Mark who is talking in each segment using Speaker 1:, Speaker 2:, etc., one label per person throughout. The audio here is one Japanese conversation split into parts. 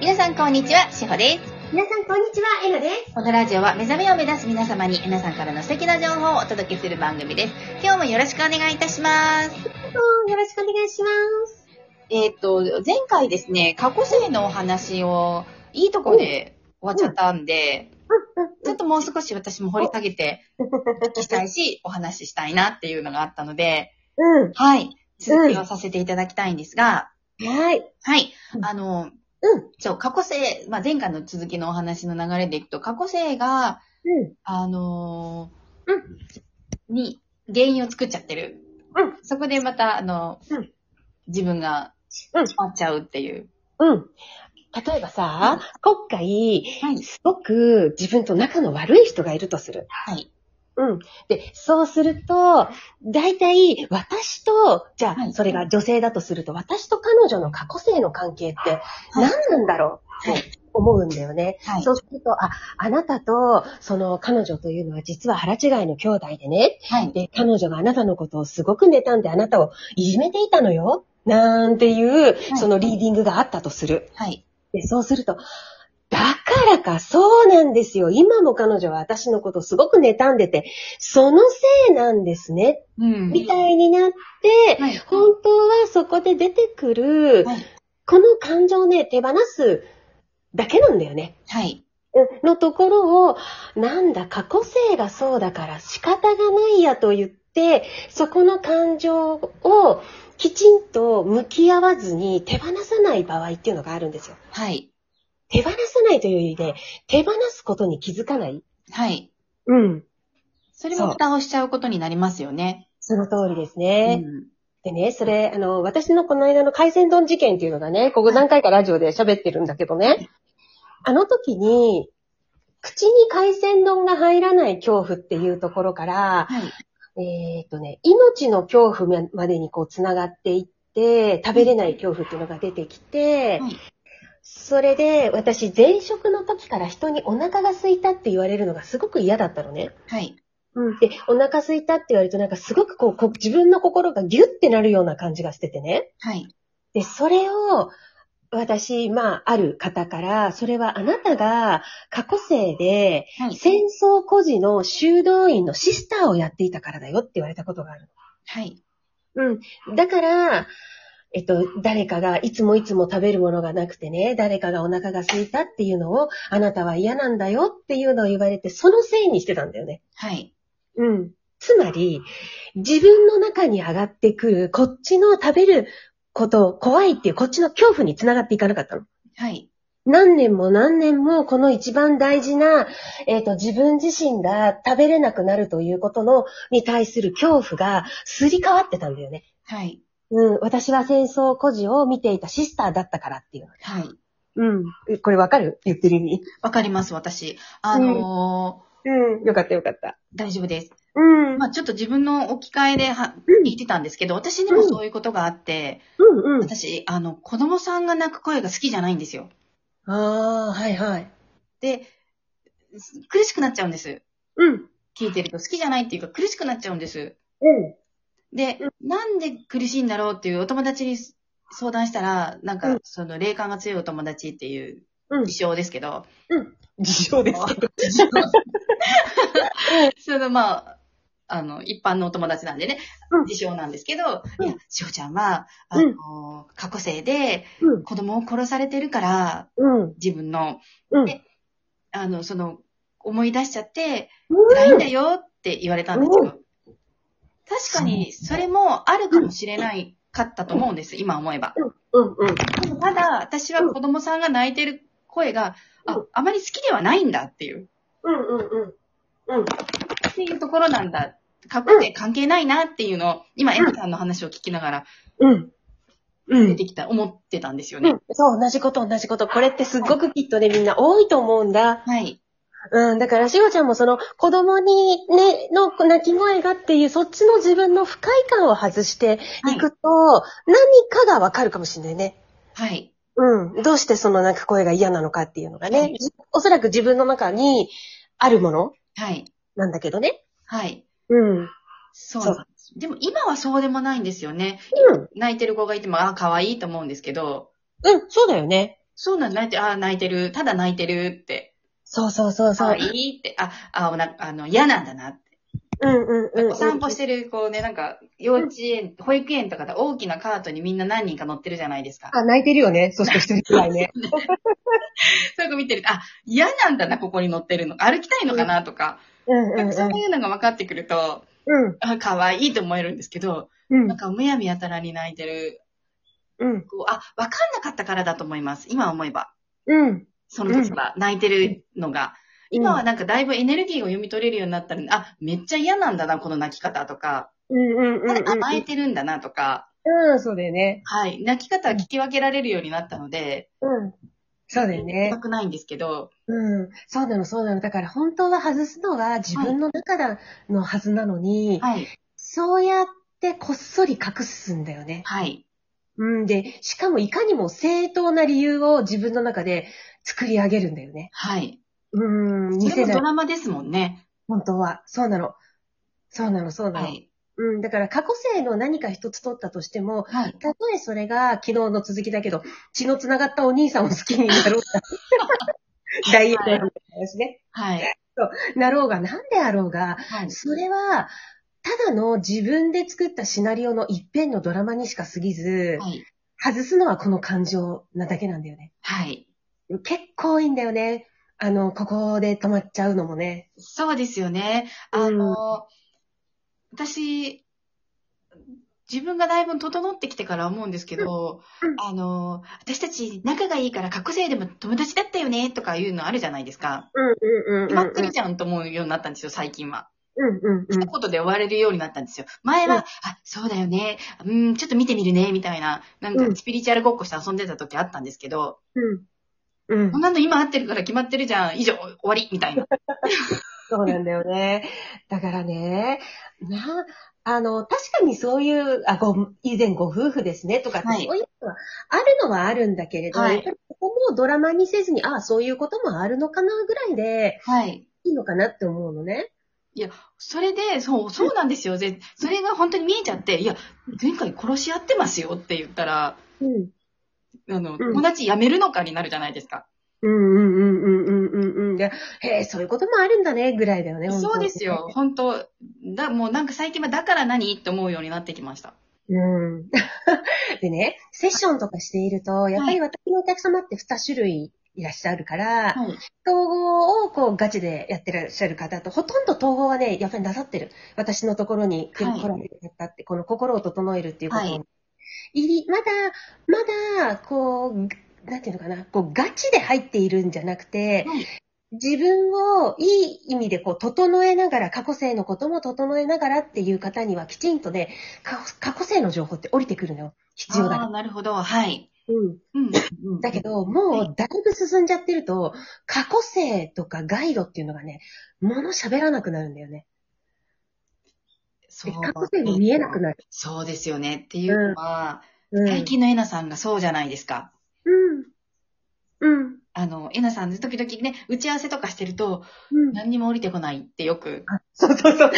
Speaker 1: 皆さんこんにちは、しほです。
Speaker 2: 皆さん、こんにちは。えなです。
Speaker 1: このラジオは目覚めを目指す皆様に皆さんからの素敵な情報をお届けする番組です。今日もよろしくお願いいたします。
Speaker 2: よろしくお願いします。
Speaker 1: えっ、と、前回ですね、過去生のお話をいいとこで終わっちゃったんで、ちょっともう少し私も掘り下げてお聞きしたいし、お話ししたいなっていうのがあったので、
Speaker 2: う
Speaker 1: はい、続きをさせていただきたいんですが、
Speaker 2: ん。はい。
Speaker 1: はい。
Speaker 2: うん
Speaker 1: あの、
Speaker 2: うん
Speaker 1: ちょ、過去生、まあ、前回の続きのお話の流れでいくと、過去生が、
Speaker 2: うん。
Speaker 1: あの
Speaker 2: う
Speaker 1: に、原因を作っちゃってる。
Speaker 2: うん
Speaker 1: そこでまた、あの、
Speaker 2: うん
Speaker 1: 自分が、
Speaker 2: うん
Speaker 1: 困っちゃうっていう。
Speaker 2: うん。例えばさ、今回、
Speaker 1: はい。
Speaker 2: すごく自分と仲の悪い人がいるとする。
Speaker 1: はい。
Speaker 2: うん。で、そうすると、大体、私と、じゃ
Speaker 1: は
Speaker 2: あ、
Speaker 1: い
Speaker 2: それが女性だとすると、私と彼女の過去性の関係って、
Speaker 1: い
Speaker 2: 何なんだろう
Speaker 1: はい
Speaker 2: って思うんだよね。
Speaker 1: はい。
Speaker 2: そうすると、あ、あなたと、その彼女というのは実は腹違いの兄弟でね、
Speaker 1: はい。
Speaker 2: で、彼女があなたのことをすごく妬んであなたをいじめていたのよ。なんていう、そのリーディングがあったとする。
Speaker 1: はい。
Speaker 2: で、そうすると、だからか、そうなんですよ。今も彼女は私のことをすごく妬んでて、そのせいなんですね。
Speaker 1: うん。
Speaker 2: みたいになって、
Speaker 1: はい。
Speaker 2: 本当はそこで出てくる
Speaker 1: はい、
Speaker 2: この感情をね、手放すだけなんだよね。
Speaker 1: はい。
Speaker 2: のところを、なんだ、過去性がそうだから仕方がないやと言って、そこの感情をきちんと向き合わずに手放さない場合っていうのがあるんですよ。
Speaker 1: はい。
Speaker 2: 手放さないという意味で、手放すことに気づかない。
Speaker 1: はい。
Speaker 2: うん。
Speaker 1: それも蓋をしちゃうことになりますよね。
Speaker 2: その通りです
Speaker 1: う
Speaker 2: ね。
Speaker 1: ん。
Speaker 2: でね、それ、あの、私のこの間の海鮮丼事件っていうのがね、ここ何回かラジオで喋ってるんだけどね、あの時に、口に海鮮丼が入らない恐怖っていうところから、
Speaker 1: はい。
Speaker 2: えーっとね、命の恐怖までにこう繋がっていって、食べれない恐怖っていうのが出てきて、
Speaker 1: はい
Speaker 2: それで私前職の時から人にお腹が空いたって言われるのがすごく嫌だったのね。
Speaker 1: はい。
Speaker 2: で、お腹空いたって言われるとなんかすごくこうこ自分の心がギュッてなるような感じがしててね。
Speaker 1: はい。
Speaker 2: で、それを私、まあ、ある方から、それはあなたが過去生で
Speaker 1: はい。
Speaker 2: 戦争孤児の修道院のシスターをやっていたからだよって言われたことがあるの
Speaker 1: はい。
Speaker 2: うん。だから、えっと、誰かがいつもいつも食べるものがなくてね、誰かがお腹が空いたっていうのを、あなたは嫌なんだよっていうのを言われて、そのせいにしてたんだよね。
Speaker 1: はい。
Speaker 2: うん。つまり、自分の中に上がってくる、こっちの食べること、怖いっていう、こっちの恐怖につながっていかなかったの。
Speaker 1: はい。
Speaker 2: 何年も何年もこの一番大事な、えっ、と、自分自身が食べれなくなるということの、に対する恐怖がすり替わってたんだよね。
Speaker 1: はい。
Speaker 2: うん、私は戦争孤児を見ていたシスターだったからっていう。
Speaker 1: はい。
Speaker 2: うん。これわかる言ってる意味。
Speaker 1: わかります、私。あの
Speaker 2: うん。よかったよかった。
Speaker 1: ー大丈夫です。
Speaker 2: うん。
Speaker 1: まあちょっと自分の置き換えでは
Speaker 2: うん
Speaker 1: 言ってたんですけど、私にもそういうことがあって、
Speaker 2: うんうん。
Speaker 1: 私、あの、子供さんが泣く声が好きじゃないんですよ。
Speaker 2: ああ、はいはい。
Speaker 1: で、す苦しくなっちゃうんです。
Speaker 2: うん。
Speaker 1: 聞いてると好きじゃないっていうか苦しくなっちゃうんです。
Speaker 2: うん。
Speaker 1: で、なんで苦しいんだろうっていうお友達に相談したら、なん
Speaker 2: う
Speaker 1: か
Speaker 2: ん、
Speaker 1: その霊感が強いお友達っていう
Speaker 2: うん
Speaker 1: 事象ですけど、
Speaker 2: 事情でけど。
Speaker 1: そのまあ、あの、一般のお友達なんでね
Speaker 2: う、ん
Speaker 1: 自称なんですけど、
Speaker 2: うん
Speaker 1: いや、しおちゃんは、あ
Speaker 2: うん
Speaker 1: の、過去生で子供を殺されてるから、
Speaker 2: うん。うん。
Speaker 1: 自分の、
Speaker 2: うん。
Speaker 1: であの、その、思い出しちゃって、辛いん
Speaker 2: う
Speaker 1: だよって言われたんです
Speaker 2: う
Speaker 1: よ。確かに、それもあるかもしれないかったと思うんです、今思えば。
Speaker 2: ん。うん。
Speaker 1: でもただ、私は子供さんが泣いてる声が、あ、あまり好きではないんだっていう、
Speaker 2: うん。うん。うん。うん。
Speaker 1: っていうところなんだ。過去で関係ないなっていうのを、今、エミさんの話を聞きながら、
Speaker 2: うん。う
Speaker 1: 出
Speaker 2: ん
Speaker 1: てきた、思ってたんですよ
Speaker 2: う
Speaker 1: ね。
Speaker 2: ん。そう、同じこと、同じこと。これってすっごくきっとね、みんな多いと思うんだ。
Speaker 1: はい。
Speaker 2: うん、だから、しおちゃんもその、子供に、ね、の泣き声がっていう、そっちの自分の不快感を外していくと、何かがわかるかもしれないね。
Speaker 1: はい。
Speaker 2: うん。どうしてその泣く声が嫌なのかっていうのがね、
Speaker 1: はい
Speaker 2: おそらく自分の中にあるもの
Speaker 1: はい。
Speaker 2: なんだけどね。
Speaker 1: はい。
Speaker 2: うん。
Speaker 1: そうなんです。でも今はそうでもないんですよね。
Speaker 2: うん。
Speaker 1: 泣いてる子がいても、あ、可愛いと思うんですけど、
Speaker 2: うん、そうだよね。
Speaker 1: そうなん泣いて、ああ、泣いてる、ただ泣いてるって、
Speaker 2: そうそうそう
Speaker 1: か
Speaker 2: そう
Speaker 1: わ。いいって、あ、あ、おなあの、嫌なんだなって。
Speaker 2: うんうんうんうん。
Speaker 1: お散歩してる、こうね、なんか、幼稚園、保育園とかで大きなカートにみんな何人か乗ってるじゃないですか。
Speaker 2: あ、泣いてるよね。そして一人くらいね。
Speaker 1: そういうの見てると、あ、嫌なんだな、ここに乗ってるの。歩きたいのかなとか、
Speaker 2: うん
Speaker 1: なんかそう
Speaker 2: う
Speaker 1: いうのが分かってくると、
Speaker 2: ん。
Speaker 1: あ、可愛いと思えるんですけど、
Speaker 2: うん
Speaker 1: なん。か、むやみやたらに泣いてる。
Speaker 2: うん。
Speaker 1: こうあ、分かんなかったからだと思います。今思えば。
Speaker 2: うん。
Speaker 1: その時は、泣いてるのが。今はなんかだいぶエネルギーを読み取れるようになったので、あ、めっちゃ嫌なんだな、この泣き方とか、
Speaker 2: うんうんうん
Speaker 1: た
Speaker 2: うん。
Speaker 1: だ甘えてるんだなとか、
Speaker 2: うん、そうだよね。
Speaker 1: はい、泣き方は聞き分けられるようになったので、
Speaker 2: うん。そうだよね
Speaker 1: 全。くないんですけど、
Speaker 2: うん。そうなの、そうなの。だから本当は外すのは自分の中だのはずなのに、
Speaker 1: はい、
Speaker 2: そうやってこっそり隠すんだよね。
Speaker 1: はい、
Speaker 2: うん。で、しかもいかにも正当な理由を自分の中で作り上げるんだよね。
Speaker 1: はい。
Speaker 2: うん。見
Speaker 1: それも
Speaker 2: せない
Speaker 1: ド。ラマですもんね。
Speaker 2: 本当は。そうなの。そうなの、そうなの。
Speaker 1: はい、
Speaker 2: うん。だから過去性の何か一つ取ったとしても、
Speaker 1: はい。
Speaker 2: たとえそれが昨日の続きだけど、血の繋がったお兄さんを好きになろう が、ダイエットの話ね。
Speaker 1: はい。
Speaker 2: なろうが、なんであろうが、
Speaker 1: はい。
Speaker 2: それは、ただの自分で作ったシナリオの一辺のドラマにしか過ぎず、
Speaker 1: はい。
Speaker 2: 外すのはこの感情なだけなんだよね。
Speaker 1: はい。
Speaker 2: 結構いいんだよね。あの、ここで止まっちゃうのもね。
Speaker 1: そうですよね。あの、私、自分がだいぶ整ってきてから思うんですけど、
Speaker 2: うんうん
Speaker 1: あの、私たち仲がいいから覚醒でも友達だったよねとかいうのあるじゃないですか。
Speaker 2: うんうんう
Speaker 1: まっくりじゃんと思うようになったんですよ、最近は。
Speaker 2: うんうん
Speaker 1: 一言で終われるようになったんですよ。前
Speaker 2: う
Speaker 1: は、
Speaker 2: ん
Speaker 1: あ、そうだよね、うん、ちょっと見てみるね、みたいな、なん
Speaker 2: う
Speaker 1: か
Speaker 2: ん
Speaker 1: スピリチュアルごっこして遊んでた時あったんですけど、
Speaker 2: うん。うん。
Speaker 1: こんなの今合ってるから決まってるじゃん、以上、終わり、みた いな。
Speaker 2: そうなんだよね。だからね、な、あの、確かにそういう、あ、ご、以前ご夫婦ですねとかって、
Speaker 1: はい
Speaker 2: そういうのはあるのはあるんだけれど、
Speaker 1: はい
Speaker 2: やっぱりここもドラマにせずに、あそういうこともあるのかなぐらいで
Speaker 1: はい。
Speaker 2: いいのかなって思うのね。
Speaker 1: それで、そう、そうなんですよ。で、それが本当に見えちゃって、いや、前回殺し合ってますよって言ったら、
Speaker 2: うん。
Speaker 1: あの、友達辞めるのかになるじゃないですか。
Speaker 2: うんうんうんうんうんうんうん。で、へえ、そういうこともあるんだね、ぐらいだよね、
Speaker 1: そうですよ。。本当だ、もうなんか最近はだから何って思うようになってきました。
Speaker 2: うん。 でね、セッションとかしていると、やっぱり私のお客様って2種類いらっしゃるか
Speaker 1: は
Speaker 2: ら、
Speaker 1: い。
Speaker 2: 統合をこうガチでやってらっしゃる方と、ほとんど統合はね、やっぱりなさってる。私のところに来る
Speaker 1: はい
Speaker 2: 来られる方って、この心を整えるっていうことを。
Speaker 1: はい
Speaker 2: いり、まだ、まだ、こう、なんていうのかな、こうガチで入っているんじゃなくて、
Speaker 1: はい
Speaker 2: 自分をいい意味でこう整えながら、過去性のことも整えながらっていう方にはきちんとね、過去過去性の情報って降りてくるのよ。必要だ
Speaker 1: あ
Speaker 2: か
Speaker 1: あ、
Speaker 2: ら。
Speaker 1: なるほど。はい。
Speaker 2: うん
Speaker 1: うん。うん
Speaker 2: だけ、ど、もうだいぶ進んじゃってると、過去性とかガイドっていうのがね、もの喋らなくなるんだよね。
Speaker 1: そ
Speaker 2: で過去性に見えなく
Speaker 1: る。
Speaker 2: なる。
Speaker 1: そうですよね。っていうのは、
Speaker 2: うん。
Speaker 1: 最近のえなさんがそうじゃないですか。
Speaker 2: うん。うん。
Speaker 1: あの、えなさん、時々ね、打ち合わせとかしてると、
Speaker 2: うん。
Speaker 1: 何にも降りてこないってよく
Speaker 2: そうそうそう。こ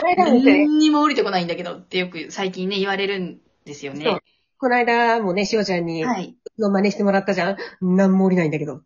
Speaker 2: の間もね、
Speaker 1: 何にも降りてこないんだけどってよく最近ね、言われるんですよ
Speaker 2: そ
Speaker 1: ね。
Speaker 2: この間もね、しおちゃんに、
Speaker 1: はい。
Speaker 2: の真似してもらったじゃん。なんも降りないんだけど。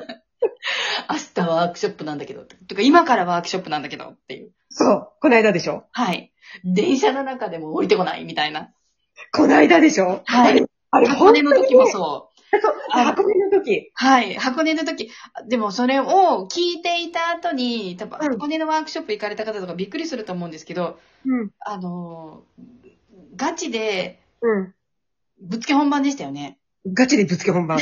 Speaker 1: 明日はワークショップなんだけど、とか今からワークショップなんだけどっていう。
Speaker 2: そう。この間でしょ。
Speaker 1: はい。電車の中でも降りてこないみたいな。
Speaker 2: この間でしょ。
Speaker 1: はい。
Speaker 2: あれ、
Speaker 1: 箱
Speaker 2: 本当
Speaker 1: 根
Speaker 2: に
Speaker 1: の
Speaker 2: ね、
Speaker 1: 時もそう。
Speaker 2: そう。
Speaker 1: あ
Speaker 2: 箱根の時。
Speaker 1: はい。箱根の時。でもそれを聞いていた後に、多分
Speaker 2: うん
Speaker 1: 箱根のワークショップ行かれた方とかびっくりすると思うんですけど、
Speaker 2: うん。
Speaker 1: あのーガチで、
Speaker 2: う
Speaker 1: ぶっつけ本番でしたよね。
Speaker 2: ん。ガチでぶつ け本番。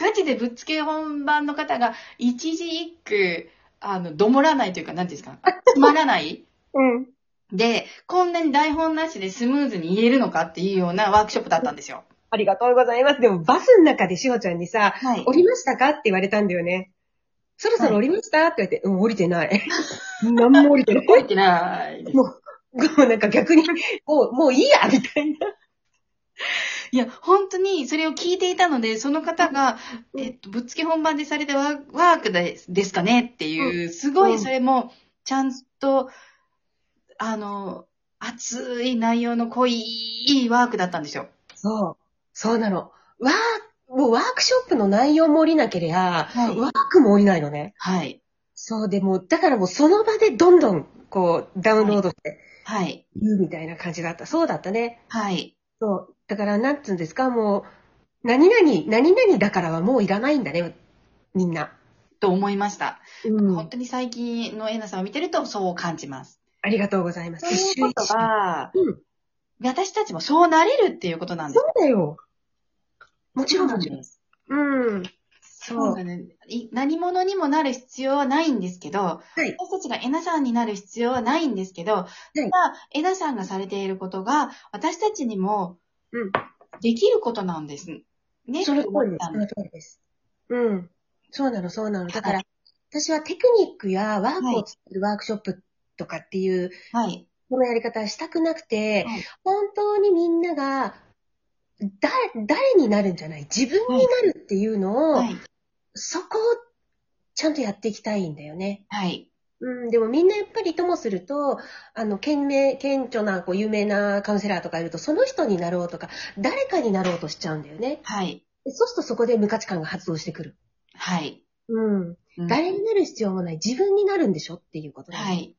Speaker 1: ガチでぶっつけ本番の方が、一字一句、あの、どもらないというか、なんていうんですか、つまらない
Speaker 2: うん。
Speaker 1: で、こんなに台本なしでスムーズに言えるのかっていうようなワークショップだったんですよ。
Speaker 2: ありがとうございます。でも、バスの中でしおちゃんにさ、
Speaker 1: はい
Speaker 2: 降りましたかって言われたんだよね。そろそろ降りましたって言われて、うん、降りてない。 何も降りてない。
Speaker 1: 覚えてないです。
Speaker 2: ももうなんか逆に、もう、もういいやみたいな。
Speaker 1: いや、本当にそれを聞いていたので、その方が、
Speaker 2: うん
Speaker 1: えっと、ぶっつけ本番でされたワーワークですですかねっていう、すご
Speaker 2: う
Speaker 1: い
Speaker 2: ん
Speaker 1: それも、ちゃんと、あの、熱い内容の濃いいいワークだったんですよ。
Speaker 2: そう。そうなの。ワーもうワークショップの内容も降りなければ、
Speaker 1: はい
Speaker 2: ワークも降りないのね。
Speaker 1: はい。
Speaker 2: そう、でも、だからもうその場でどんどん、こう、ダウンロードして、
Speaker 1: はい。
Speaker 2: 言うみたいな感じだった。そうだったね。
Speaker 1: はい。
Speaker 2: そう。だから、なんつうんですか、もう、何々、何々だからはもういらないんだね、みんな。
Speaker 1: と思いました。
Speaker 2: う
Speaker 1: 本。当に最近のエナさんを見てるとそう感じます。
Speaker 2: ありがとうございます。
Speaker 1: ということ
Speaker 2: 一緒一緒
Speaker 1: は、
Speaker 2: うん
Speaker 1: 私たちもそうなれるっていうことなんです
Speaker 2: そ。うだよ。もちろん、
Speaker 1: そ
Speaker 2: も
Speaker 1: う
Speaker 2: ちろ
Speaker 1: なん
Speaker 2: ん。
Speaker 1: です。
Speaker 2: うん。
Speaker 1: そうだね。い何者にもなる必要はないんですけど、
Speaker 2: い
Speaker 1: 私たちがエナさんになる必要はないんですけど、ただ、エナさんがされていることが、私たちにも
Speaker 2: うん、
Speaker 1: できることなんです。ね、
Speaker 2: その通
Speaker 1: っ
Speaker 2: りで
Speaker 1: て
Speaker 2: す。
Speaker 1: 思
Speaker 2: その
Speaker 1: っ
Speaker 2: 通りです。うん。そうなの、そうなの。だから
Speaker 1: は、
Speaker 2: 私はテクニックやワークを作るワークショップとかってい
Speaker 1: たん
Speaker 2: う、
Speaker 1: ですはい。
Speaker 2: このやり方はしたくなくて、
Speaker 1: はい
Speaker 2: 本当にみんなが、だ、誰になるんじゃない自分になるっていうのを、
Speaker 1: はい。
Speaker 2: そこをちゃんとやっていきたいんだよね。
Speaker 1: はい。
Speaker 2: うん、でもみんなやっぱりともすると、あの、懸命、顕著な、こう、有名なカウンセラーとかいると、その人になろうとか、誰かになろうとしちゃうんだよね。
Speaker 1: はい。
Speaker 2: でそうするとそこで無価値観が発動してくる。
Speaker 1: はい。
Speaker 2: うん。
Speaker 1: うん
Speaker 2: 誰になる必要もない。自分になるんでしょっていうこと、
Speaker 1: は。い。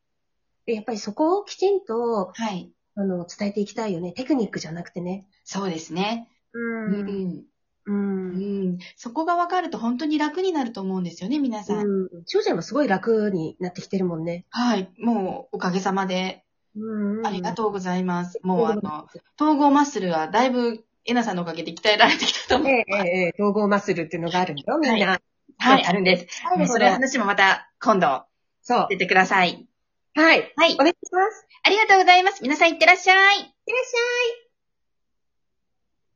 Speaker 2: でやっぱりそこをきちんと、
Speaker 1: はい。
Speaker 2: あの、伝えていきたいよね。テクニックじゃなくてね。
Speaker 1: そうですね。
Speaker 2: う。
Speaker 1: うんん。
Speaker 2: う。
Speaker 1: うんん。そこが分かると本当に楽になると思うんですよね、皆さん。
Speaker 2: うん。翔ちゃんもすごい楽になってきてるもんね。
Speaker 1: はい。もう、おかげさまで、
Speaker 2: うん
Speaker 1: ありが
Speaker 2: う
Speaker 1: とうございます。
Speaker 2: ん。
Speaker 1: もう、あの、統合マッスルはだいぶ、エナさんのおかげで鍛えられてきたと思う。
Speaker 2: ええ、ええ、ええ統合マッスルっていうのがあるんだよ、みんな。
Speaker 1: はい、あるんです。
Speaker 2: そうです
Speaker 1: それ
Speaker 2: ね。
Speaker 1: 話もまた今度
Speaker 2: そう。
Speaker 1: 出てください。
Speaker 2: はい。
Speaker 1: はい
Speaker 2: お。願いします。
Speaker 1: ありがとうございます。皆さんいってらっしゃい。
Speaker 2: いらっしゃい。